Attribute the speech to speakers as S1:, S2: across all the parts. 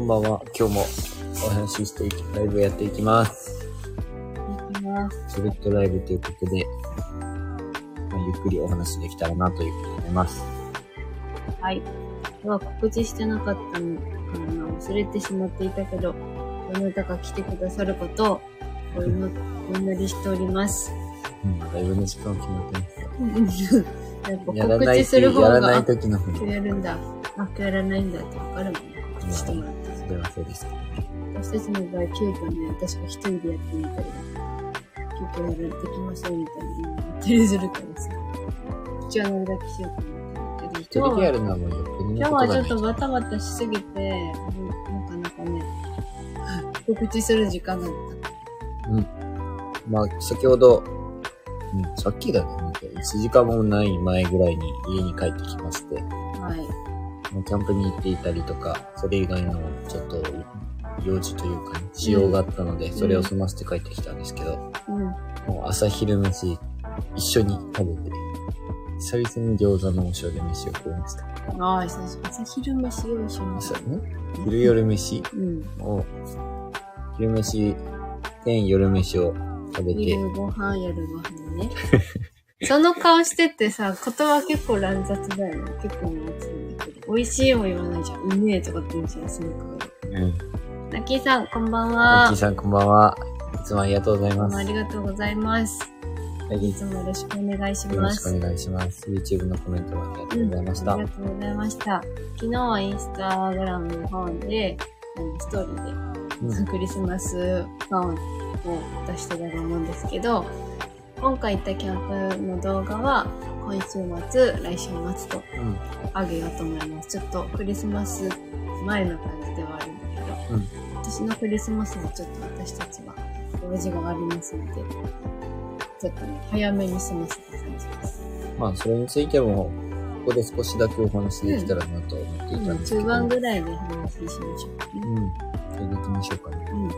S1: んばんは。今日もお話ししていき、ライブをやっていきます。
S2: いきます。
S1: チベットライブということで、まあゆっくりお話しできたらなというふうに思います。
S2: はい。今日は告知してなかったのかな忘れてしまっていたけど、どなたか来てくださることをお祈お祈りしてお ります。
S1: うん、ライブの時間を決めてます。
S2: やっぱ
S1: やらな
S2: 告
S1: い
S2: 知す
S1: と、
S2: る
S1: や
S2: 方が、
S1: ら
S2: あ
S1: な
S2: や
S1: い時の方が、
S2: るんだ。あ、やらないんだってわかるもんね。告知してもらって。
S1: それはそうです。
S2: 私たちの場合、急遽ね、私が一人でやってみたり、急遽やられてきましょうみたいなのやったりするからさ。一応何だけしようかなって思ってる
S1: 一人でやるのはもうよっぽど
S2: 今
S1: の
S2: 日
S1: こ
S2: は
S1: と
S2: ち
S1: だ
S2: ょっ
S1: ね。
S2: とバタバタしすぎて、なかなかね、告知する時間だった。
S1: まあ、先ほど、うん、さっきだね、なんか1時間もない前ぐらいに家に帰ってきまして、
S2: はい。
S1: まあキャンプに行っていたりとか、それ以外のちょっと用事というか、ね、仕様があったので、
S2: ん
S1: それを済ませて帰ってきたんですけど、
S2: うん。
S1: もう朝昼飯一緒に食べて、久々に餃子のお醤油飯を食いました。
S2: ああ、久しぶり。朝昼飯用意しまし
S1: 朝
S2: た。
S1: ね、昼夜飯
S2: うん。
S1: を、昼飯、天夜飯を食べて、
S2: 昼ご飯、夜ご飯ね。その顔しててさ、言葉結構乱雑だよね。結構思ってたんだけど。美味しいも言わないじゃん。うめえとかって言うじゃん、その顔で。
S1: うん。
S2: ラッキーさん、こんばん
S1: ラッ
S2: は
S1: キー。さんこんばんは。いつもありがとうござい
S2: どう
S1: ま
S2: も
S1: す。
S2: ありがとうございます。
S1: ラッキ
S2: い
S1: ー
S2: つもよろしくお願いし
S1: よろ
S2: ま
S1: し
S2: す
S1: く。お願いします。YouTube のコメントもありがとうございまし
S2: あ
S1: た
S2: り。がとうございました。昨日はインスタグラムの方で、あのストーリー
S1: うん
S2: で、クリスマスパンを出してたと思うんですけど、今回行ったキャンプの動画は、今週末、来週末と
S1: うん
S2: あげようと思います。ちょっとクリスマス前の感じではあるんだけど、
S1: うん
S2: 私のクリスマスはちょっと私たちは用事がありますので、ちょっとね、早めに済ませた感じです。
S1: まあ、それについても、ここで少しだけお話できたらなと思っていたんですけど。
S2: 中盤ぐらいで話しましょうかね。
S1: うん。それでいきましょうかね。
S2: うん
S1: え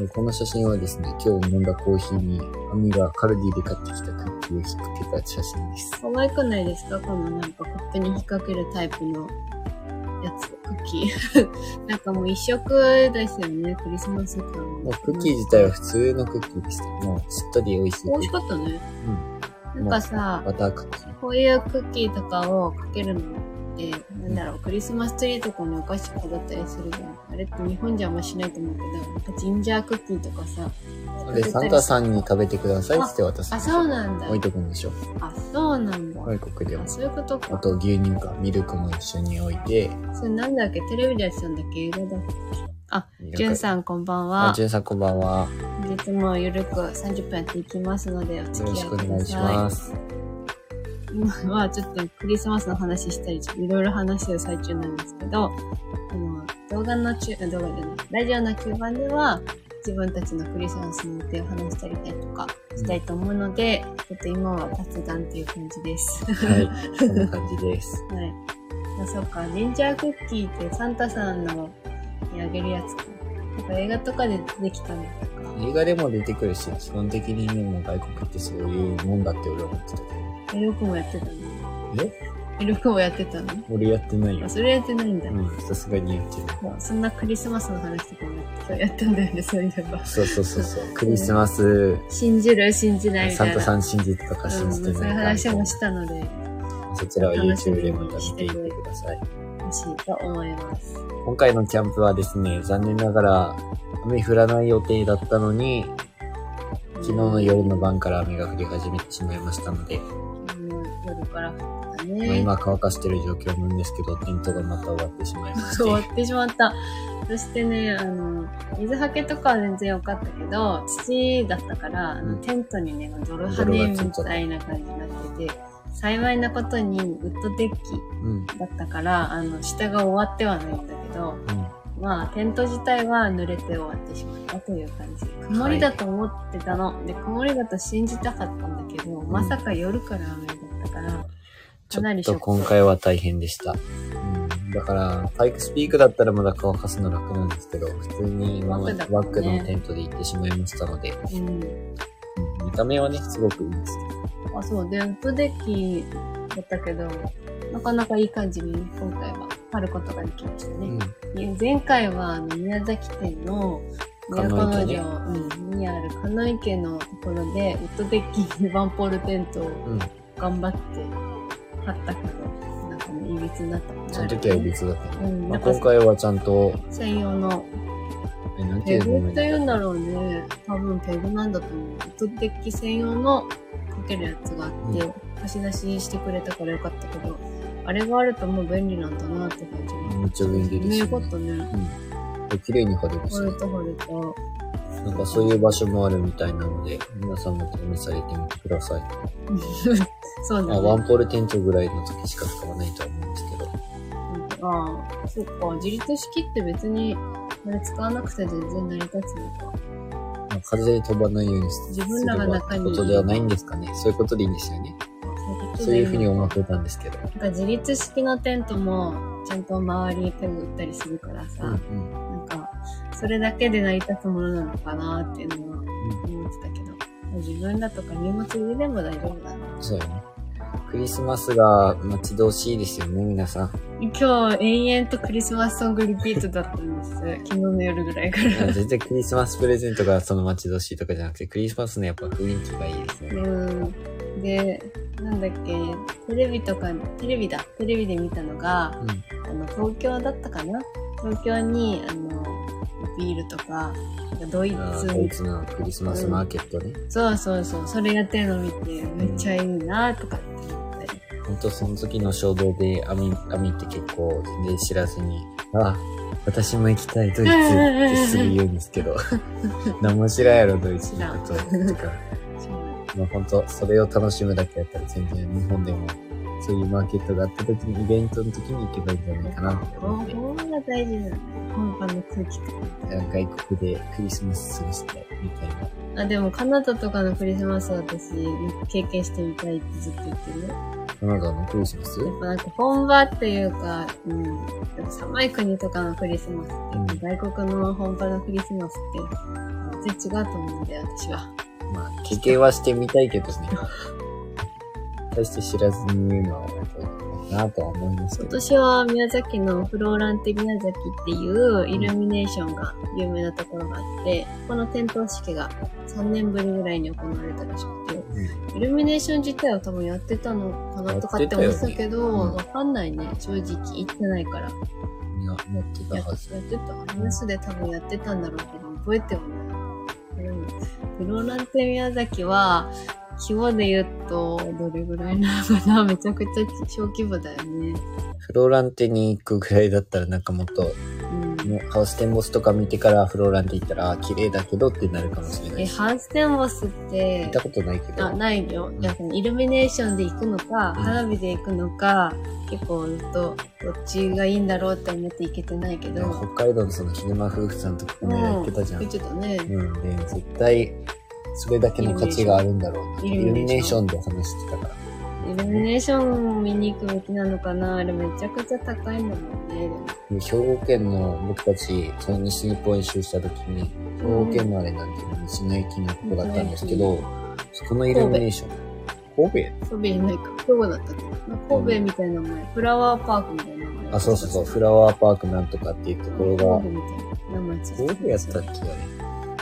S1: ーこの写真はですね、今日飲んだコーヒーに、網がカルディで買ってきたクッキーを引っ掛けた写真です。
S2: 可愛くないですかこのなんかコップに引っ掛けるタイプのやつ、クッキー。 なんかもう一色ですよね、クリスマス感。
S1: もうクッキー自体は普通のクッキーでした。もう、しっとり美味しいク
S2: 美
S1: ッ
S2: 味
S1: キ
S2: し
S1: ー
S2: かったね。
S1: うん
S2: なんかさ、
S1: バタークッキー。
S2: こういうクッキーとかをかけるのって、なんだろう、クリスマスツリーとかにお菓子飾ったりするじゃん。あれって日本じゃあんましないと思うけど、なんかジンジャークッキーとかさ。
S1: あれ、サンタさんに食べてくださいって渡すん
S2: あ、
S1: です
S2: そう
S1: よ。
S2: なんだ
S1: 置。いとくんでしょ。
S2: あ、そうなんだ。
S1: 外国では
S2: あ、。そういうことか
S1: あ。と、牛乳かミルクも一緒に置いて、
S2: それなんだっけテレビでやってたんだっけ映画だっけじゅん
S1: ん
S2: さんこんばん
S1: あ、
S2: は
S1: じ。ゅんさんこんばんは。
S2: 本日もゆるく30分やっていきますのでお
S1: よ
S2: 付
S1: ろ
S2: き
S1: し
S2: 合い
S1: くお
S2: く
S1: 願
S2: だ
S1: いし
S2: さ
S1: ます。
S2: い。今はちょっとクリスマスの話したり、いろいろ話を最中なんですけど、あの、動画の中、あ動画じゃない、ラジオの中盤では自分たちのクリスマスの予定を話したりだとかしたいと思うので、ちょっと今は雑談っていう感じです。
S1: はい、そんな感じです。
S2: はい。あ、そっか。ジンジャークッキーってサンタさんのにあげるやつか。なんか映画とかで出てきたのとか。
S1: 映画でも出てくるし、基本的にね、もう外国ってそういうもんだって俺は思ってた
S2: エロくもやってたの
S1: けど。え
S2: エロくもやってたの
S1: 俺やってないよ
S2: あ、。それやってないんだ。
S1: うん、さすがにやってない。
S2: もうそんなクリスマスの話とかも今日やったんだよね、そういえば。
S1: そうそうそうそう。 クリスマス、
S2: 信じる信じないみ
S1: サ
S2: たい
S1: ン
S2: な。
S1: タさん信じてたか信じて
S2: うん、そういう
S1: ない
S2: 話
S1: か
S2: もしたので、
S1: そちらは YouTube でまた見ていってください。
S2: 欲しいと思います。
S1: 今回のキャンプはですね、残念ながら雨降らない予定だったのに、昨日の夜の晩から雨が降り始めてしまいましたので、
S2: 昨日の夜から降った
S1: まあ
S2: ね。
S1: 今乾かしてる状況なんですけど、テントがまた終わってしまいまして。
S2: 終わってしまった。そしてね、あの、水はけとかは全然良かったけど、土だったから、あの
S1: うん
S2: テントにね、泥跳
S1: 泥
S2: ね
S1: がついちゃっ
S2: み
S1: た
S2: たいな感じになってて、幸いなことにウッドデッキ
S1: うん、
S2: だったから、あの、下が終わってはないんだけど、
S1: うん。
S2: まあ、テント自体は濡れて終わってしまったという感じ。曇りだと思ってたの。で、曇りだと信じたかったんだけど、
S1: ん
S2: まさか夜から雨だったから、
S1: ち
S2: か
S1: ょ
S2: な
S1: っ
S2: りショ
S1: と
S2: ック
S1: 今回は大変でした。うん、だから、パイクスピークだったらまだ乾かすの楽なんですけど、普通に今まで
S2: 楽だ
S1: バ
S2: ったね
S1: ックのテントで行ってしまいましたので、
S2: うん。
S1: うん見た目はね、すごくいいんですけど、
S2: あ、そう。で、ウッドデッキだったけど、なかなかいい感じに今回は貼ることができました
S1: う
S2: ね
S1: ん。
S2: 夕前回は、あの、宮崎県の、宮古
S1: 鹿
S2: の
S1: 野池ね
S2: 城、うん、にある鹿野池のところで、ウッドデッキにワンポールテントを
S1: うん。
S2: 頑張って張ったけど、なんかね、いびつになった
S1: その時はいび
S2: つ。
S1: つだった
S2: う
S1: ね。
S2: ん
S1: まあ、今回はちゃんと、
S2: 専用の、
S1: え、なんてい
S2: ペ
S1: う
S2: グ
S1: の
S2: って言うんだろうね。多分ペグなんだと思う。ウッドデッキ専用のかけるやつがあって、
S1: う
S2: 貸し出ししてくれたからよかったけど、あれがあるともう便利なんだなって感じが。
S1: めっちゃ便利です
S2: ね。
S1: よ
S2: よ
S1: ね
S2: かったね。
S1: で綺麗に貼れるし、
S2: 割れ
S1: ね、
S2: た割れた。
S1: なんかそういう場所もあるみたいなので、皆さんも試されてみてください。
S2: そう
S1: ま
S2: だ
S1: あ、ワ
S2: ね。
S1: ンポールテントぐらいの時しか使わないとは思うんですけど。
S2: ああ、そっか。自立式って別に、あれ使わなくて全然成り立つのか。
S1: まあ、風に飛ばないようにす
S2: 自分らが
S1: す
S2: 中に
S1: ればってことではないんですかね。そういうことでいいんですよね。そういうふうに思ってたんですけど。
S2: なんか自立式のテントも、ちゃんと周りにペグ打ったりするからさ、
S1: うんうん。
S2: なんか、それだけで成り立つものなのかなっていうのは思ってたけど、自分だとか荷物入れでも大丈夫だな。
S1: そうよね。クリスマスが待ち遠しいですよね、皆さん。
S2: 今日、延々とクリスマスソングリピートだった んです。昨日の夜ぐらいから。
S1: いや全然クリスマスプレゼントがその待ち遠しいとかじゃなくて、クリスマスのやっぱ雰囲気がいいですね。
S2: うん。で、なんだっけ、テレビとか、テレビだ、テレビで見たのが、
S1: うん。
S2: あの、東京だったかな東京に、あの、ビールとか、ドイ
S1: あ
S2: ツ
S1: ードイツのクリスマスマーケットね。
S2: そうそうそう、それやってるの見て、めっちゃいいなとかって思ったり。
S1: ほんとその時の衝動で網、網って結構全然知らずに、あ、私も行きたいドイツってすぐ言うんですけど、 何も知らんやろドイツのこととか、
S2: そう
S1: まあほんとそれを楽しむだけやったら全然日本でもそういうマーケットがあった時に、イベントの時に行けばいいんじゃないかなって思って、
S2: 方法が大事だね。本番の空気感。
S1: 外国でクリスマス過ごしたいみたいな。
S2: あ、でもカナダとかのクリスマスは私、経験してみたいってずっと言ってるよ。
S1: カナダのクリスマス
S2: やっぱなんか本場っていうか、うん、やっぱ寒い国とかのクリスマス
S1: うん
S2: って、外国の本場のクリスマスって、全然違うと思うんだよ、私は。
S1: まあ、経験はしてみたいけどね。大して知らずに言うのは、なんかいいなとは思いますけ
S2: 今
S1: ど。
S2: 年は宮崎のフローランテ宮崎っていうイルミネーションが有名なところがあって、この点灯式が3年ぶりぐらいに行われたらしくて、
S1: うん
S2: イルミネーション自体は多分やってたのかなとかって思ってた
S1: やっ
S2: けど、
S1: てたよねうん
S2: わかんないね。正直行ってないから。
S1: いや、持ってた
S2: や
S1: は
S2: っ
S1: ず。
S2: やってた。ニュースで多分やってたんだろうけど、覚えてはない。うん。フローランテ宮崎は、規模で言うと、どれぐらいなのかなめちゃくちゃ小規模だよね。
S1: フローランテに行くぐらいだったら、なんかもっと、
S2: うん。
S1: ね、ハウステンボスとか見てからフローランテ行ったら、あー綺麗だけどってなるかもしれな
S2: え、
S1: いし。
S2: ハウステンボスっ
S1: 行ってた、ことないけど。
S2: あ、ないよ
S1: ん。
S2: やっぱイルミネーションで行くのか、
S1: うん
S2: 花火で行くのか、結構ずっと、どっちがいいんだろうって思って行けてないけ
S1: ね
S2: ど、行
S1: 北海道のその昼間夫婦さんとここの間行ってたじゃん。
S2: っちゃったね。
S1: うん、で、絶対、それだけの価値があるんだろうな。イ
S2: イ
S1: ル
S2: ル
S1: ミネ
S2: ミネ
S1: ー
S2: ー
S1: シ
S2: シ
S1: ョ
S2: ョ
S1: ンで話してたから。
S2: イルミネーションを見に行くべきなのかなあれめちゃくちゃ高いんだもんね。でも
S1: で兵庫県の僕たち、その西日本一周した時に、兵庫県のあれなんていうの、道の駅のとこだったんですけど、そこのイルミネーション。神戸
S2: 神戸じゃないか。兵庫だったっけ神戸みたいな名前。フラワーパークみたいな名前。
S1: あ、そうそうそう、フラワーパークなんとかっていうところが
S2: 神、戸みたいな名前ついて
S1: 神戸やったっけあれ。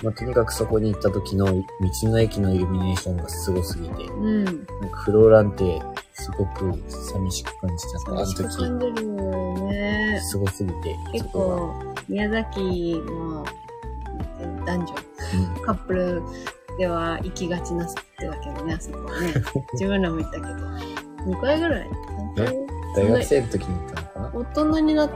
S1: まあ、とにかくそこに行った時の道の駅のイルミネーションがすごすぎて、
S2: うん。
S1: なんかフローランテ、すごく寂しく感じちゃった。あの
S2: 寂しく感
S1: 時、
S2: じるよね。
S1: すごすぎて。
S2: 結
S1: そこが
S2: 構、宮崎のなんて男女、
S1: うん
S2: カップルでは行きがちなスポットだけどね、あそこはね。 自分らも行ったけど。2回ぐらい三回
S1: 大学生の時に行ったのかな
S2: 大人になっ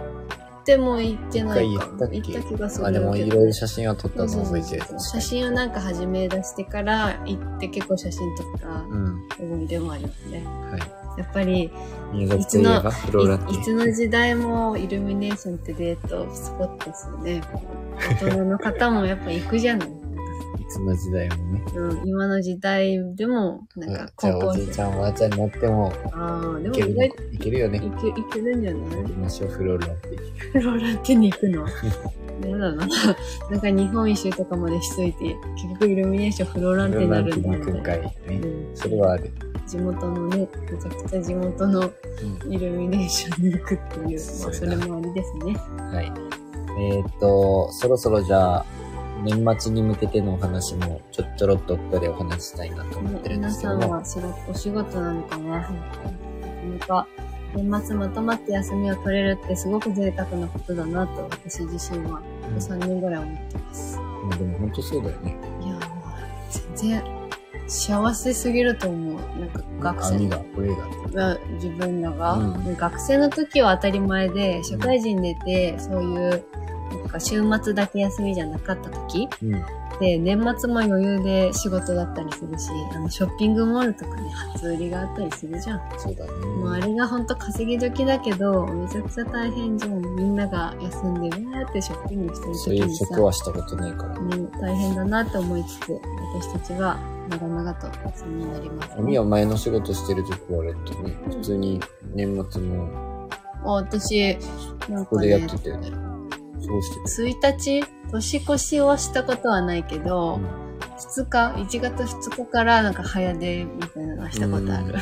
S2: ても行ってないか。
S1: 一回行ったっけ
S2: 行った気がする
S1: あ、
S2: け
S1: で
S2: ど。
S1: もいろいろ写真は撮った
S2: そう
S1: の
S2: そうそ
S1: 覚
S2: う
S1: えてる。
S2: 写真をなんか始め出してから行って結構写真とか
S1: うん。
S2: 思い出もありますね。
S1: は
S2: やっぱり
S1: い。宮崎といえばフローランテ。
S2: いいつの時代もイルミネーションってデートスポットですよね。大人の方もやっぱ行くじゃない。
S1: いつの時代もね。
S2: うん、今の時代でも、なん
S1: うん
S2: か
S1: じゃあ
S2: 高
S1: お
S2: 校
S1: じいち
S2: 生。
S1: ゃんおばあちゃんになっても、
S2: ああ、で
S1: い
S2: も
S1: ける
S2: 意外
S1: ね
S2: と。
S1: いけるよね。
S2: いけいけるんじゃない
S1: 行きましょう、フローランテ。
S2: フローランテに行くの やだな。なんか日本一周とかまでしといて、結局イルミネーションフローランテになるんだ
S1: フローラン
S2: よ
S1: テに行くん
S2: ね。
S1: かいって
S2: う
S1: ね。
S2: ん
S1: それはある。
S2: 地元のね、めちゃくちゃ地元の
S1: う
S2: イルミネーションに行くっていう、
S1: そ
S2: まあ、
S1: う
S2: そ
S1: だ
S2: れもありですね。
S1: ん。はい。えっ、と、そろそろじゃあ、年末に向けてのお話も、ちょっとろっとここでお話ししたいなと思ってるんで
S2: 皆
S1: すけ
S2: さ
S1: ども。
S2: んは仕事、お仕事なのかな、なんか、年末まとまって休みを取れるってすごく贅沢なことだなと、私自身は
S1: うん
S2: 3年ぐらい思ってます。
S1: まあでも本当そうだよね。
S2: いや、もう、全然、幸せすぎると思う。なんか、学生
S1: 網が、俺が。
S2: が自分らが、
S1: う
S2: 学生の時は当たり前で社会人出てそういうなんか週末だけ休みじゃなかった時
S1: うん。
S2: で年末も余裕で仕事だったりするしあのショッピングモールとかに初売りがあったりするじゃん、
S1: そうだね。
S2: もうあれがほんと稼ぎ時だけどめちゃくちゃ大変じゃんみんなが休んでわーってショッピングし
S1: そう
S2: て
S1: い
S2: る時
S1: う
S2: にさ
S1: 職はしたことないから。
S2: ね、大変だなと思いつつ私たちは長々と休みになります、
S1: 網は前の仕事してる時はあれだったね。普通に年末も、
S2: あ私なん
S1: ここ
S2: か
S1: でや
S2: ね
S1: ってたよね。そうして
S2: 1日年越しをしたことはないけ
S1: た。
S2: ど、2日1月2日からなんか早出みたいなのはしたことある、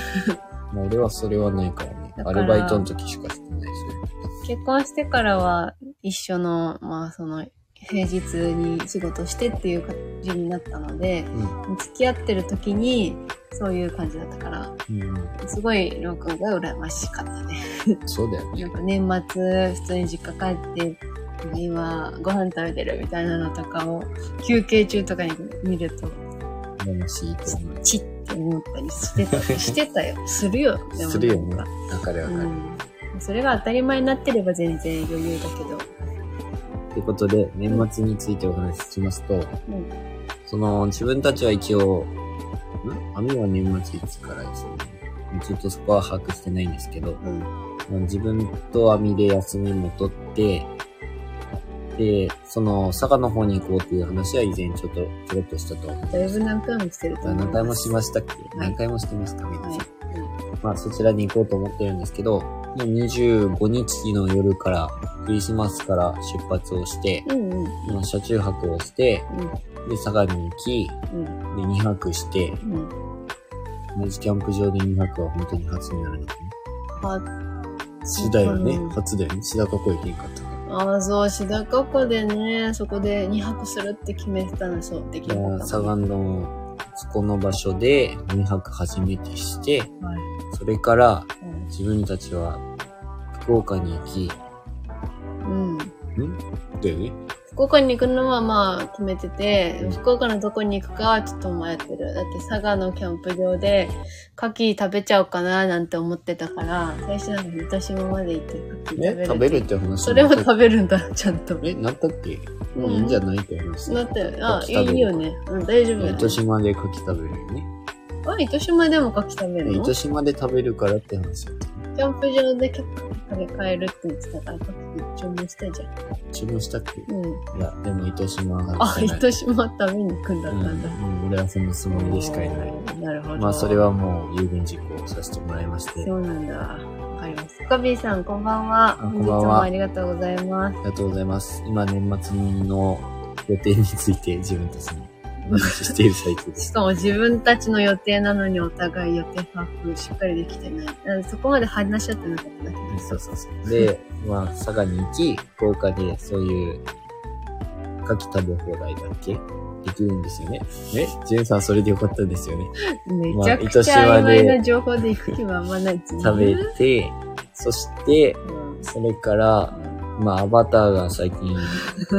S1: まあ俺はそれはないからね
S2: だ。か
S1: ア
S2: ら
S1: ルバイトの時しかしてないし。
S2: 結婚してからは一緒のまあその平日に仕事してっていう感じになったので付き合ってる時にそういう感じだったから
S1: うん。うん。
S2: すごいロー君が羨ましかったね
S1: そうだよね。
S2: なんか年末普通に実家帰って今ご飯食べてるみたいなのとかを休憩中とかに見ると
S1: 楽しいと思う。
S2: チッて思ったりして たしてたよするよでも
S1: するよね
S2: なんか。
S1: わかるわかる。
S2: うん、それが当たり前になってれば全然余裕だけど
S1: ということで、年末についてお話ししますと、
S2: ん
S1: その、自分たちは一応、ん網は年末いつからですね。ちょっとそこは把握してないんですけど、
S2: うん
S1: 自分と網で休みも取って、で、その、佐賀の方に行こうっていう話は以前ちょっと、ちょろっとしたと思う。
S2: だいぶ何回もしてると思います
S1: 何回もしましたっけ
S2: い
S1: 何回もしてますか皆さん。
S2: はい
S1: まあそちらに行こうと思ってるんですけど、もう25日の夜から、クリスマスから出発をして、
S2: うんうん
S1: まあ車中泊をして、
S2: うん
S1: で、佐賀に行き、
S2: うん
S1: で、2泊して、
S2: うん
S1: 同じキャンプ場で2泊は本当に初になるのかな。
S2: あ
S1: 初だよね
S2: うん。
S1: 初だよね。白川湖行けんかったか
S2: あーそうしだかこでねそこで2泊するって決めてたのそうできな
S1: ら。
S2: か
S1: いや
S2: っ
S1: ー
S2: た
S1: 佐賀の、そこの場所で2泊初めてして、
S2: はい
S1: それから自分たちは福岡に行き、
S2: うん
S1: だよね。
S2: 福岡に行くのはまあ決めてて、
S1: うん
S2: 福岡のどこに行くかはちょっと迷ってる。だって佐賀のキャンプ場で、牡蠣食べちゃおうかななんて思ってたから、最初なんか三田島まで行って牡蠣食べるって。
S1: ね、食べるって話
S2: それは食べるんだ、ちゃんと。
S1: え、なったっけもういいんじゃないって話。
S2: だって、あ、
S1: 牡
S2: い
S1: 蠣食べる
S2: いよね。うん、大丈夫だよ、
S1: 糸島で牡蠣食べるよね。
S2: あ、糸島でも牡蠣食べるの
S1: 糸
S2: キ
S1: 島で食べるからって話。
S2: ャンプ場で結構食べ替えるって言ってたから、牡蠣注文したじゃん。
S1: 注文したっけ
S2: うん。
S1: いや、でも糸島が
S2: あ、
S1: 行かない
S2: 糸島食べに行くんだったんだ。
S1: うん、うん俺はそのつもりでしかいない。
S2: なるほど。
S1: まあ、それはもう、有言実行させてもらいまして、
S2: そうなんだ。わかります。カビーさん、こんばんは。
S1: こ
S2: 本
S1: ん
S2: 日
S1: ばんは
S2: もありがとうございます
S1: あ。りがとうございます。今、年末の予定について自分たちにお話ししている最中で
S2: し
S1: す。
S2: かも自分たちの予定なのにお互い予定把握しっかりできてない。あそこまで話し合ってなかっただけ
S1: うんそうそうそう。で、まあ、佐賀に行き、福岡でそういう、牡蠣食べ放題だっけできるんですよね。えジュンさん、それでよかったですよね。
S2: めちゃくちゃ曖昧な情報で行く気はあんまないですね
S1: 食べて、そして、
S2: うん
S1: それから、まあ、アバターが最近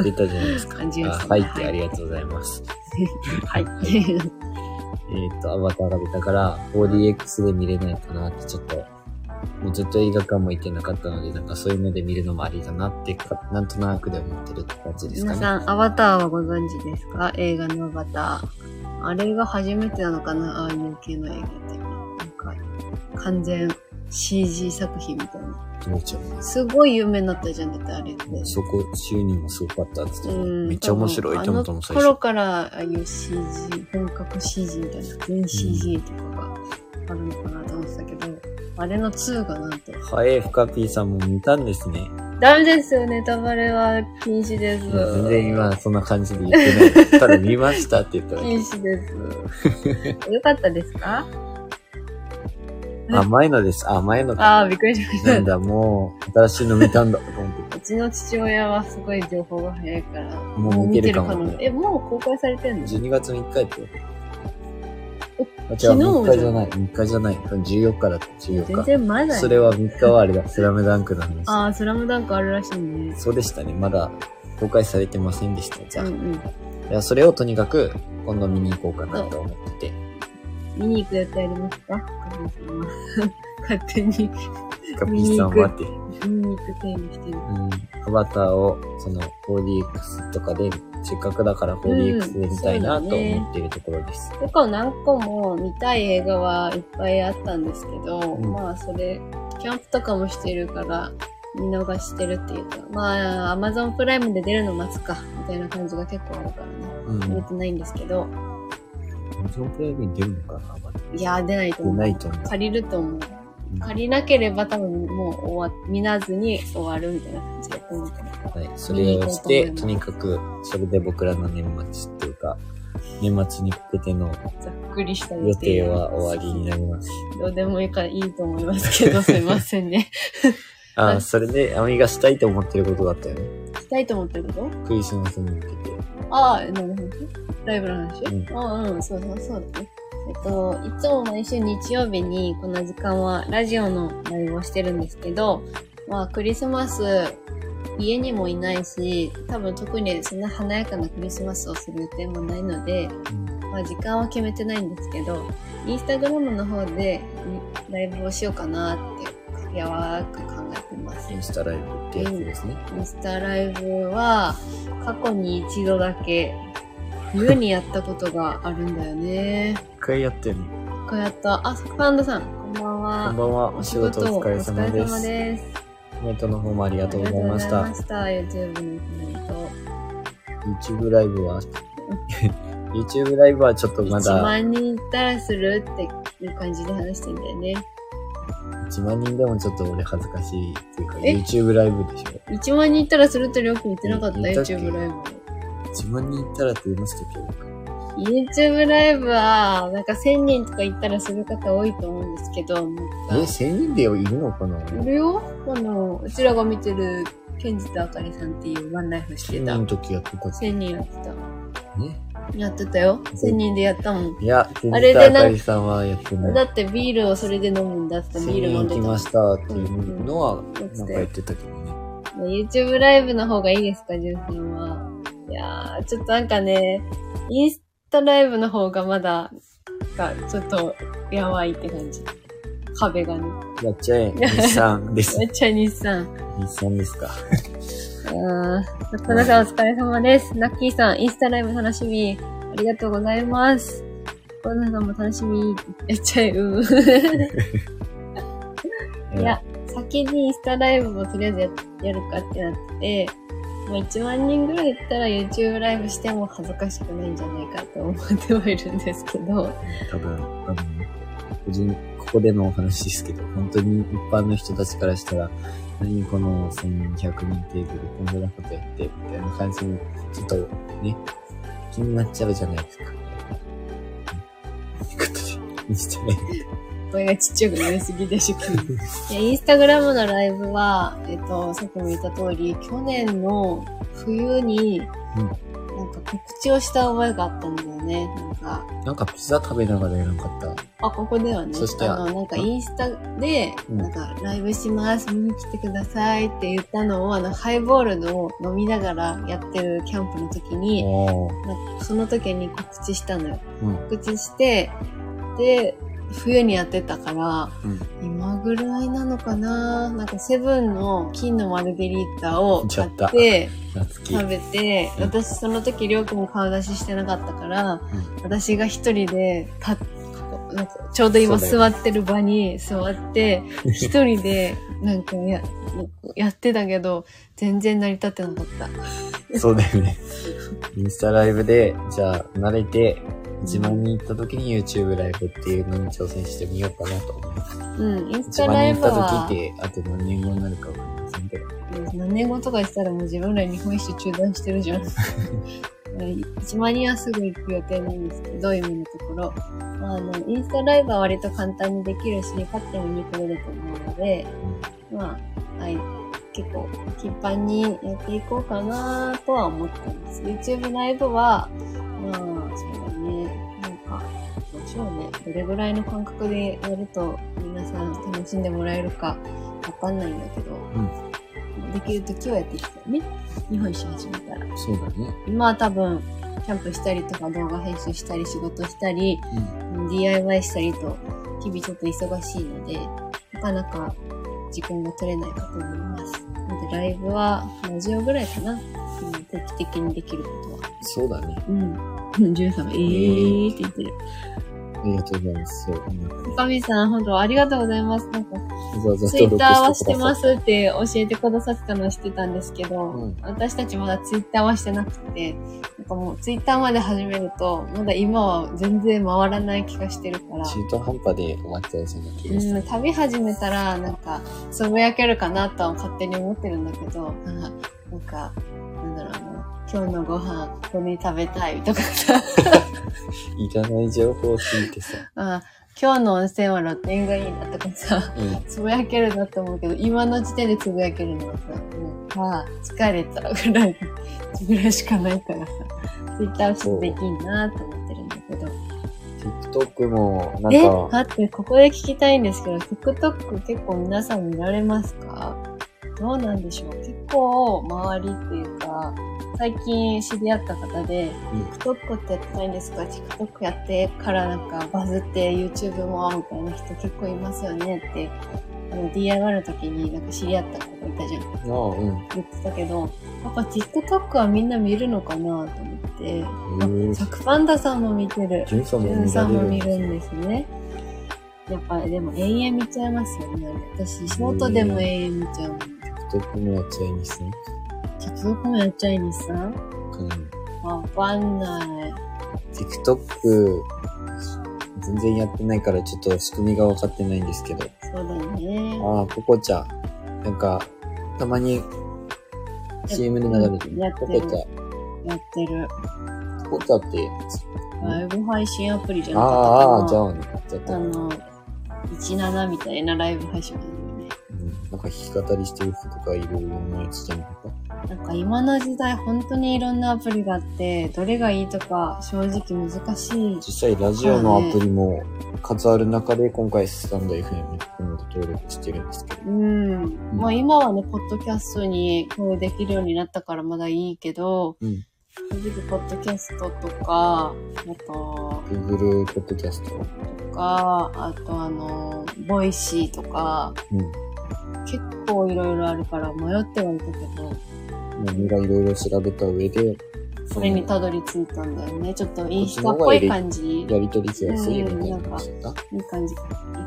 S1: 出たじゃない ですか。
S2: 感じ
S1: あ
S2: がする
S1: はいってありがとうございます。
S2: はい。
S1: えっ、と、アバターが出たから、4DX で見れないかなって、ちょっと、もうずっと映画館も行ってなかったので、なんかそういうので見るのもありだなってか、なんとなくで思ってるって感じですか
S2: 皆
S1: ね。
S2: さん、アバターはご存知ですか映画のアバター。あれが初めてなのかなああいう系の映画って。なんか、完全 CG 作品みたいな。
S1: 気持ちよい
S2: すごい有名になったじゃん、だってあれって。
S1: もうそこ、収入もすごかったって言ってたね
S2: うん
S1: めっちゃ面白いと思ったもん、
S2: 多
S1: 最
S2: 分あの頃
S1: 初。
S2: から、ああいう CG、本格 CG みたいな、全 CG とかがあるのかなと思ってたけど、あれの2がなんと。
S1: はい、フカピーさんも見たんですね。
S2: ダメですよ、ネタバレは禁止です。
S1: 全然今、そんな感じで言って ない。ただ見ましたって言ったら、
S2: 禁止です。よかったですか
S1: あ、前のです。あ、前のか。
S2: ああ、びっくりしまし
S1: な
S2: た
S1: ん。だ、もう、新しいの見たんだ、と思って。
S2: うちの父親はすごい情報が早いから、
S1: もう見てるかも
S2: 見え、もう公開されてんの
S1: 12月3日やって。あ、違う、
S2: 昨日
S1: 3日じゃない。3日じゃない。14日だった、
S2: 全
S1: 14日。
S2: 然前だよ。
S1: それは3日はあれだ、スラムダンクの話。
S2: ああ、スラムダンクあるらしいね。
S1: そうでしたね。まだ公開されてませんでした。じゃあ、
S2: うんう
S1: い
S2: ん。
S1: やそれをとにかく今度見に行こうかなと思ってて。
S2: 見に行く予定ありますか 神様勝手に
S1: カピーさんはって。
S2: 見に行く手にしてる。
S1: うん。アバターを、その 4DX とかで、せっかくだから 4DX で見たいなと思っているところです。
S2: 結構何個も見たい映画はいっぱいあったんですけど、
S1: うん
S2: まあそれ、キャンプとかもしてるから、見逃してるっていうか、まあ、アマゾンプライムで出るの待つか、みたいな感じが結構あるからね。
S1: うん。
S2: 見てないんですけど、
S1: 無償プライムに出るのかなアバター
S2: いやー出ないと
S1: 出
S2: 思う。
S1: ないと思う。
S2: 借りると思う。
S1: うん
S2: 借りなければ多分もう終わ、見なずに終わるみたいな感じだと思うから。
S1: はい、それをして、
S2: 見
S1: と
S2: に
S1: にかく、それで僕らの年末っていうか、年末にかけての
S2: ざっくりした
S1: 予定は終わりになります。
S2: どうでもいいからいいと思いますけど、すいません ね。は
S1: あ、
S2: い
S1: それで、アミがしたいと思ってることがあったよね。
S2: したいと思ってること
S1: クリスマスに向けて。
S2: ああ、何の話ライブの話、
S1: う
S2: ああ、うん、そうそう、そうだね。えっと、いつも毎週日曜日にこの時間はラジオのライブをしてるんですけど、まあクリスマス家にもいないし、多分特にそんな華やかなクリスマスをする予定もないので、まあ、時間は決めてないんですけど、インスタグラムの方でにライブをしようかなって、やわーく考えてます
S1: イ。ンスタライブってやつですね。
S2: インスタライブは、過去に一度だけ、冬にやったことがあるんだよね。
S1: 一回やったよね。
S2: こうやった、あ、パンダさん、こんばんは。
S1: こんばんは。お仕事お疲れ様
S2: お疲れ
S1: で
S2: 様
S1: す。
S2: です。
S1: コメントの方もありがとうございまし
S2: あり
S1: た
S2: が。とうございました。YouTube のコメント。
S1: YouTube ライブ は YouTube ライブはちょっとま
S2: 1
S1: だ
S2: 万人いったらするっていう感じで話してんだよね。
S1: 1万人でもちょっと俺恥ずかしいっていうか
S2: え
S1: YouTube ライブでしょ
S2: 1万人いったらするってりょうくん言ってなかった
S1: 言ったっけ
S2: ?YouTube ライブ。
S1: 1万人いたらって言いましたけど、
S2: YouTube ライブは、なんか1000人とか行ったらする方多いと思うんですけど、も
S1: え、
S2: う
S1: 1000人でいるのかない
S2: るよこの、うちらが見てる、ケンジとあかりさんっていうワンライフして
S1: 1000人
S2: た
S1: の。時やってたっ
S2: 1000人やってた。
S1: けね。
S2: やってたよ。1000人でやったもん。
S1: いや、ケン
S2: あ
S1: ジ
S2: れ
S1: と
S2: で
S1: あ
S2: な
S1: かりさんはやってな
S2: だ
S1: い。
S2: ってビールをそれで飲むんだって、
S1: 1000
S2: ビール飲ん
S1: 人
S2: で
S1: 来
S2: た
S1: ま。したっていうのは、
S2: うん
S1: なんか言ってたけどね。
S2: YouTube ライブの方がいいですか、ジュンさんは。いやー、ちょっとなんかね、インスタライブの方がまだ、なんかちょっと、やばいって感じ。壁がね。
S1: やっちゃえ、日産です
S2: め。 っちゃ日産。
S1: 日産ですか。
S2: あー、田中さんお疲れ様です。ナッキーさん、インスタライブ楽しみ。ありがとうございます。コナさんも楽しみ。やっちゃえ、うー。いや、先にインスタライブもとりあえずややるかってなって、もう1万人ぐらいいったら YouTube ライブしても恥ずかしくないんじゃないかと思ってはいるんですけど、
S1: 多分、あの、個人、ここでのお話ですけど、本当に一般の人たちからしたら、何この1200人程度でこんなことやって、みたいな感じに、ちょっとね、気になっちゃうじゃないですか。ということで、インスタライ
S2: 声がちっちゃくなりすぎでしょ、君。 いや、インスタグラムのライブは、えっと、さっきも言った通り、去年の冬に、
S1: うん
S2: なんか告知をした覚えがあったんだよね。なんか、
S1: ブなんかピザ食べながらやらなかった。
S2: あ、ここではね、
S1: そしたら
S2: あの、なんかインスタで、
S1: うん
S2: なんかライブします、見に来てくださいって言ったのを、あの、ハイボールのを飲みながらやってるキャンプの時に、
S1: おー
S2: なんかその時に告知したのよ。
S1: うん。
S2: 告知して、で、冬にやってたから、
S1: うん
S2: 今ぐらいなのかななんかセブンの金のマルゲリータを
S1: ちょ
S2: 買
S1: っと
S2: って、
S1: 夏希。
S2: 食べて、
S1: うん
S2: 私その時りょうくんも顔出ししてなかったから、
S1: ん
S2: 私が一人で立っなんかちょうど今
S1: そうだ
S2: 座ってる場に座って、一人でなんかややってたけど、全然成り立ってなかった。
S1: そうだよね。インスタライブで、じゃあ、慣れて、1万人行った時に YouTube ライブっていうのに挑戦してみようかなと思います。
S2: うん、インス
S1: 1
S2: タ
S1: 万
S2: ライ
S1: 人行
S2: ブ
S1: った
S2: は
S1: 時、って、あと何年後になるかわかりませんけど。
S2: 何年後とかしたらもう自分ら日本一周中断してるじゃん。えー一万人はすぐ行く予定なんですけど、今のところ。まあ、あの、インスタライブは割と簡単にできるし、勝手に見に来れると思うので、まあ、はい。結構、頻繁にやっていこうかなとは思ってます。YouTube ライブは、まあ、そうだね。なんか、どうしようね。どれぐらいの感覚でやると、皆さん楽しんでもらえるか、わかんないんだけど、できるときはやっていきたいね。日本一周始めたら。
S1: そうだね。
S2: 今は多分、キャンプしたりとか動画編集したり仕事したり、
S1: うん。
S2: DIY したりと、日々ちょっと忙しいので、なかなか時間が取れないかと思います。なので、ライブはラジオぐらいかな。うん、定期的にできることは。
S1: そうだね。
S2: うん。ジュンさんが、えーって言ってる。
S1: ありがとうございます。そう。なんかね
S2: 神さん、本当ありがとうございます。なんか、
S1: わざわざ。
S2: ツイッターはしてますすって教えてくださったのは知ってたんですけど、
S1: うん
S2: 私たちまだツイッターはしてなくて、なんかもうツイッターまで始めると、まだ今は全然回らない気がしてるから、
S1: 中途半端で終わっちゃいそうな気がする。
S2: うん、旅始めたら、なんか、つぶやけるかなとは勝手に思ってるんだけど、なんか、なんかなんだろうな、今日のご飯ここに食べたいとかさ、
S1: いらない情報を聞いてさ。
S2: あ今日の温泉は露天がいいなとかさ、
S1: うん。
S2: つぶやけるなって思うけど、今の時点でつぶやけるのはさ、もう、まあ、疲れたぐらい、ぐらいしかないからさ、ツイッターを知っていいなと思ってるんだけど。
S1: TikTok も、な
S2: え、
S1: んか、
S2: 待って、ここで聞きたいんですけど、TikTok 結構皆さん見られますかどうなんでしょう結構、周りっていうか、最近知り合った方で、
S1: うん
S2: TikTok ってやってないんですか ?TikTok やってからなんかバズって YouTube もみたいな人結構いますよねって、あの DIY の時になんか知り合った子がいたじゃん。
S1: ああ、うん。
S2: 言ってたけど、やっぱ TikTok はみんな見るのかなと思って、
S1: うん
S2: あサクパンダさんも見てる。
S1: ジュンさん
S2: ジ
S1: も
S2: ュン
S1: 見
S2: さ
S1: ら
S2: んも見
S1: れ
S2: る
S1: る
S2: んですね。やっぱでも永遠見ちゃいますよね。私、仕事でも永遠見ちゃうもん。
S1: TikTok もやっちゃいにすね。
S2: TikTok もやっちゃいにさん
S1: うん。
S2: わかんない。
S1: TikTok、全然やってないからちょっと仕組みが分かってないんですけど。
S2: そうだね。
S1: ああ、ポコちゃん。なんか、たまに CM で流れて
S2: や
S1: る
S2: っ。
S1: ポ
S2: てる
S1: コちゃ
S2: やってる。
S1: ん。ポコちゃんって、
S2: ライブ配信アプリじゃ
S1: あ
S2: な
S1: あ、あ
S2: か
S1: あ、
S2: っ
S1: じ
S2: たか
S1: ゃ
S2: な。
S1: あね。ちょっと、
S2: あ
S1: うん、
S2: の、17みたいなライブ配信だよね。
S1: なんか弾き語りしてる人とかいろいろなやつじゃないか。
S2: なんか今の時代本当にいろんなアプリがあって、どれがいいとか正直難しい。
S1: 実際ラジオのアプリも数ある中で今回スタンド FM っていうので登録してるんですけど。
S2: うん。まあ今はね、ポッドキャストに共有できるようになったからまだいいけど、
S1: うん
S2: 正直ポッドキャストとか、あと、
S1: Google ポッドキャスト。
S2: とか、あとあの、ボイシーとか、
S1: うん。
S2: 結構いろいろあるから迷ってはいたけど、
S1: 何がいろいろ調べた上で、
S2: それにたどり着いたんだよね。ちょっとインスタっぽい感じ。
S1: やり取りしやすいみたいな感じだ。
S2: いい感じ、いい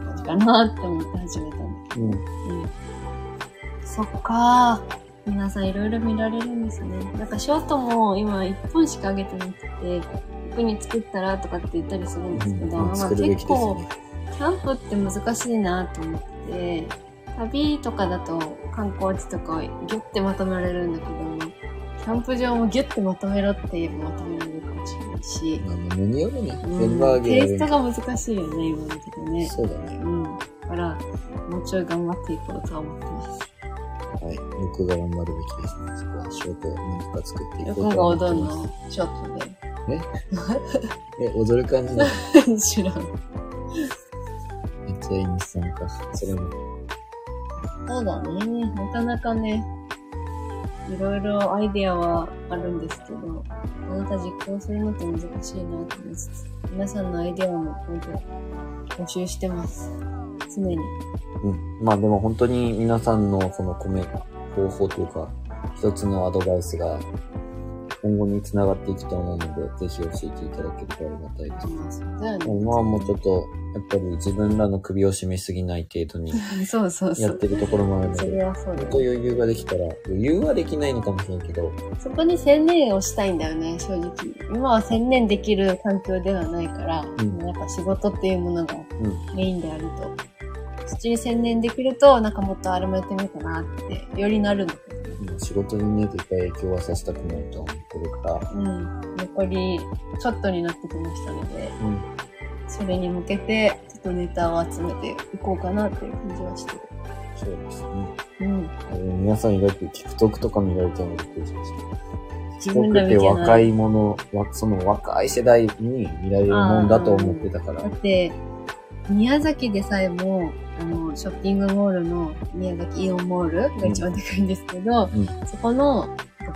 S2: 感じかなって思って始めたんだけど
S1: うん。
S2: そっかー。皆さんいろいろ見られるんですね。なんかショートも今1本しか上げてなくて、特に作ったらとかって言ったりするんですけど、
S1: うん
S2: まあ
S1: 作るべきです
S2: 結構
S1: ね。
S2: キャンプって難しいなと思って、旅とかだと観光地とかをギュッてまとめられるんだけども、キャンプ場もギュッてまとめろって言えばまとめられるかもしれないし、
S1: まあ、もによるね。
S2: うん
S1: 全部あげ
S2: テ
S1: ら
S2: イ
S1: れ
S2: ス
S1: る
S2: ト。が難しいよね、今のとこね。
S1: そうだね。
S2: うん。だから、もうちょい頑張っていこうとは思ってます。
S1: はい。僕が頑張るべきですね。そこは仕事を何とか作っていこう
S2: 横が
S1: と
S2: お
S1: 思
S2: ど
S1: って
S2: ん
S1: ま
S2: のショット
S1: す。え、踊る感じの。
S2: で。知らん。
S1: めっちゃいい日産か。それも。
S2: そうだね。なかなかね、いろいろアイデアはあるんですけど、あなた実行するのって難しいなと思います。皆さんのアイデアも本当募集してます。常に。
S1: うん。まあでも本当に皆さんのそのコメ、方法というか、一つのアドバイスが今後に繋がっていくと思うので、ぜひ教えていただければありがたいです。
S2: そうだよね。
S1: 今はもうちょっと、やっぱり自分らの首を絞めすぎない程度に
S2: そうそうそ
S1: やっ
S2: う。
S1: てるところもあるの
S2: そ
S1: で、
S2: れはそうだ
S1: 本当
S2: よ。
S1: 余裕ができたら、余裕はできないのかもしれんけど、
S2: そこに専念をしたいんだよね、正直。今は専念できる環境ではないから、
S1: ん
S2: やっぱ仕事っていうものが
S1: う
S2: メインであると、そっちに専念できると、なんかもっとあれもやってみようかなって、よりなるんだけどね。
S1: もう仕事にね、絶対影響はさせたくないとは思ってるかった。
S2: うん、残りちょっとになってきましたので、
S1: うん。
S2: それに向けて、ちょっとネタを集めていこうかなっていう感じはしてる。
S1: そうですね。
S2: うん。
S1: えー皆さん意外と TikTok とか見られてるのびっくりしました。
S2: 自分ら
S1: TikTok っ
S2: 見て
S1: て
S2: ない
S1: 若いもの、わその若い世代に見られるもんだと思ってたから
S2: だ。って、宮崎でさえも、あの、ショッピングモールの宮崎イオンモールが一番でかいんですけ
S1: う
S2: ど、
S1: ん
S2: そこの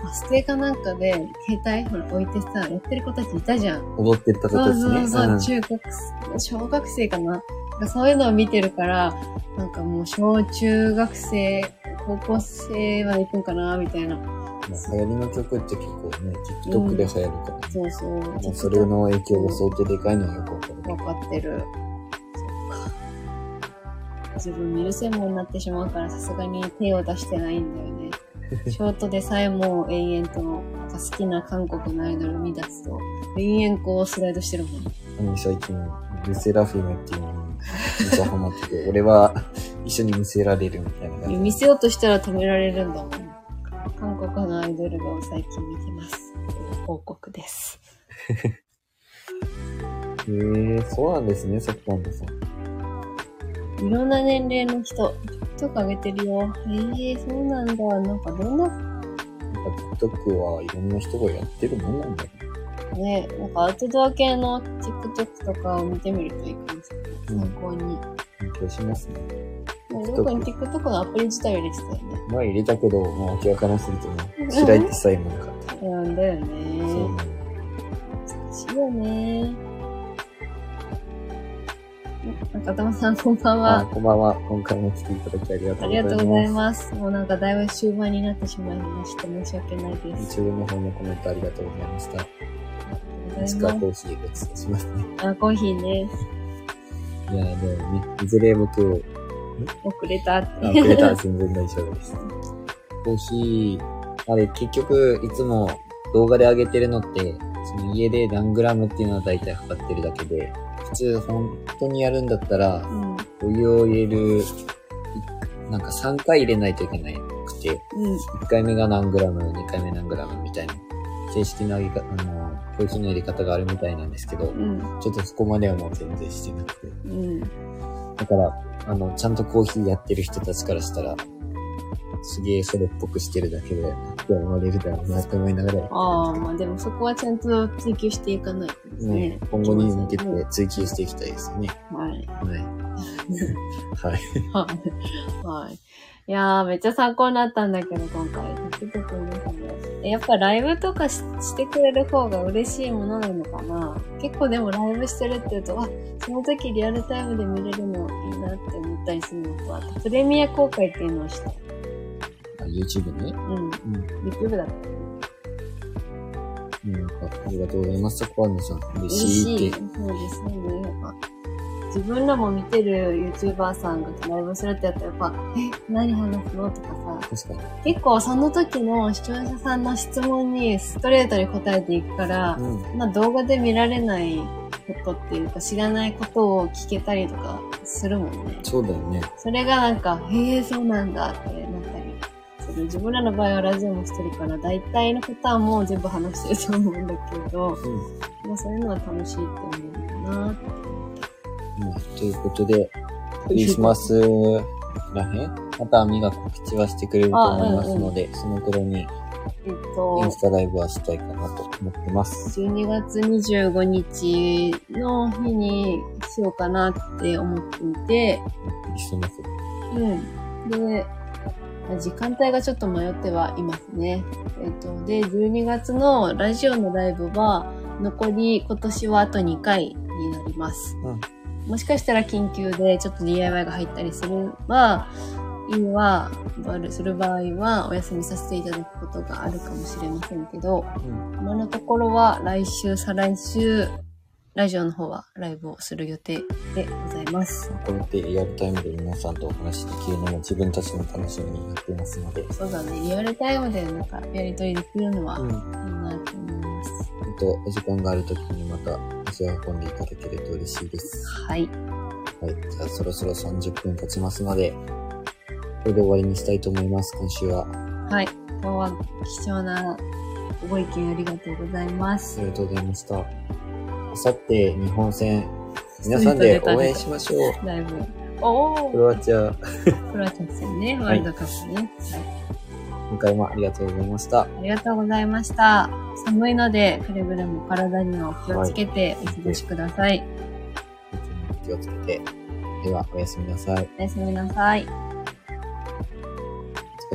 S2: バス停かなんかで、携帯ほら置いてさ、やってる子たちいたじゃん。
S1: 踊ってったこと
S2: そう
S1: です
S2: そ
S1: ね。
S2: うそう、
S1: ん
S2: 中学生、小学生かななんかそういうのを見てるから、なんかもう小中学生、高校生まで行くんかな、みたいな。
S1: まあ流行りの曲って結構ね、TikTok で流行るから、ね
S2: そうそう。
S1: もうそれの影響が相当でかいのはよくわかる。
S2: わかってる。そっか。自分見る専門になってしまうからさすがに手を出してないんだよね。 ショートでさえもう延々となんか好きな韓国のアイドルを見出すと、延々こうスライドしてるもん。
S1: うん最近、ルセラフィムっていうのにめっちゃハマってて、 俺は一緒に見せられるみたいな感じ。
S2: 見せようとしたら止められるんだもん。韓国のアイドルを最近見てます。報告です。
S1: へえそうなんですね、サッカーのさん。
S2: いろんな年齢の人、TikTok 上げてるよ。へえ、そうなんだ。なんかどん
S1: な
S2: な
S1: んか TikTok はいろんな人がやってるもんなんだね。
S2: ね、なんかアウトドア系の TikTok とかを見てみるといいかもしれない。
S1: うん
S2: 参考に。
S1: 勉強しますね。
S2: もうどこに TikTok のアプリ自体を入れてたよね。
S1: 前入れたけど、もう明らかなすぎて
S2: うん
S1: ね、開いてさえもなかった。
S2: なんだよ
S1: そう
S2: ね。
S1: なの。
S2: 難しいよね。あ中玉さん、こんばん
S1: あ、
S2: は。
S1: こんばんは。今回も来ていただきありがと
S2: あ
S1: うご
S2: り
S1: ざいま
S2: が
S1: す。
S2: とうございます。もうなんかだいぶ終盤になってしまいまして、申し訳ないです。
S1: YouTube の方もコメントありがとうございました。
S2: あり
S1: いつ
S2: が
S1: か
S2: とうござい
S1: コーヒーごちそうしますね。
S2: ます。あ、コーヒーね、
S1: いやー、でもね、いずれ僕、
S2: 遅れたって。
S1: あくれたら全然大丈夫です。コーヒー、あれ、結局、いつも動画で上げてるのって、その家で何グラムっていうのは大体測ってるだけで、普通本当にやるんだったら
S2: う、ん。
S1: お湯を入れる、いなんか3回入れないといけないくて、
S2: うん。
S1: 1回目が何グラム、2回目何グラムみたいな、正式な入れ方、あの、コーヒーの入れ方があるみたいなんですけど、
S2: うん。
S1: ちょっとそこまではもう全然してなくて。
S2: うん。
S1: だから、あの、ちゃんとコーヒーやってる人たちからしたら、すげえそれっぽくしてるだけで、って思われるだろうなって思いながら、
S2: ああ、まあでもそこはちゃんと追求していかないとですね。
S1: ね、今後に向けて
S2: は
S1: 追求していきたいですよね。
S2: い。
S1: はい。はい。
S2: はい。はい。いやー、めっちゃ参考になったんだけど、今回。ちょっとこう皆さんねやっぱライブとかししてくれる方が嬉しいものなのかな結構でもライブしてるって言うと、あ、その時リアルタイムで見れるのいいなって思ったりするのと、あとプレミア公開っていうのをした。
S1: あ YouTube ね。
S2: うん。
S1: う
S2: YouTube だった。
S1: ん。なんか、ありがとうございます。サコアンヌさん。嬉
S2: 嬉し
S1: しい
S2: い。
S1: って。
S2: そうですね。やっぱ自分らも見てる YouTuber さんがライブするってやったらやっぱ、え、何話すのとかさ、
S1: 確かに。
S2: 結構その時の視聴者さんの質問にストレートに答えていくから、
S1: うん。
S2: まあ動画で見られないことっていうか知らないことを聞けたりとかするもんね。
S1: そうだよね。
S2: それがなんか、へえ、そうなんだってなったり。その自分らの場合はラジオもしてるから、大体のことはもう全部話してると思うんだけど、
S1: うん。
S2: まあ、そういうのは楽しいと思うな。
S1: まあ、ということで、クリスマスらへんまた網が告知はしてくれると思いますので、その頃に
S2: えっ
S1: イン
S2: と、
S1: スタライブはしたいかなと思ってます。
S2: 12月25日の日にしようかなって思っていて、
S1: クリスマス。
S2: うん。で、時間帯がちょっと迷ってはいますね。えっと、で、12月のラジオのライブは、残り今年はあと2回になります。
S1: うん
S2: もしかしたら緊急でちょっと DIY が入ったりするば、今は、する場合はお休みさせていただくことがあるかもしれませんけど、
S1: うん。
S2: 今のところは来週、再来週、ラジオの方はライブをする予定でございます。
S1: こうやってリアルタイムで皆さんとお話しできるのも自分たちの楽しみになっていますので、
S2: そうだね、リアルタイムでなんかやりとりできるのは
S1: うん。あ
S2: いいなと思います。
S1: と、お時間がある時にまた足を運んでいただけると嬉しいです。
S2: はい。
S1: はい。じゃあ、そろそろ30分経ちますので、これで終わりにしたいと思います。今週は。
S2: はい。今日は貴重なご意見ありがとうございま
S1: あ
S2: す。
S1: りがとうございました。あさって、日本戦、皆さんで応援しましょう。
S2: だいぶ。お
S1: ク
S2: ー
S1: ロアチア、
S2: クロアチア戦ね、ワー
S1: はい
S2: ルドカップね。はい
S1: 今回もありがとうございました。
S2: ありがとうございました。寒いので、くれぐれも体にはお気をつけてお過ごしください。
S1: 気をつけて。では、おやすみなさい。
S2: おやすみなさい。
S1: お疲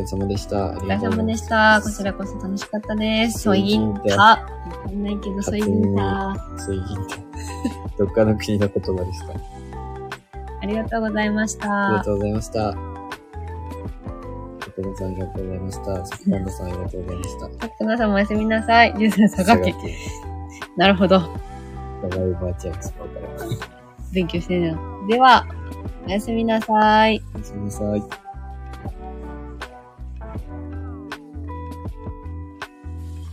S1: れ様でした。あ
S2: お
S1: り
S2: 疲れ
S1: がとうござ
S2: 様
S1: い
S2: で
S1: ま
S2: した。こちらこそ楽しかったです。ソイギンタ。わかんないけど、ソイギンタ。
S1: 水銀って、どっかの国の言葉でした。
S2: ありがとうございまし
S1: あり
S2: た
S1: が。とうございました。お父さんありがとうございました。サッカンドさんありがとうございました。
S2: さくなさんもおやすみなさい。ゆうさん、佐賀
S1: 県。
S2: 県。なるほど。
S1: お互いバーチャル使うから。
S2: 勉強してるな。では、おやすみなさい。
S1: おやすみなさい。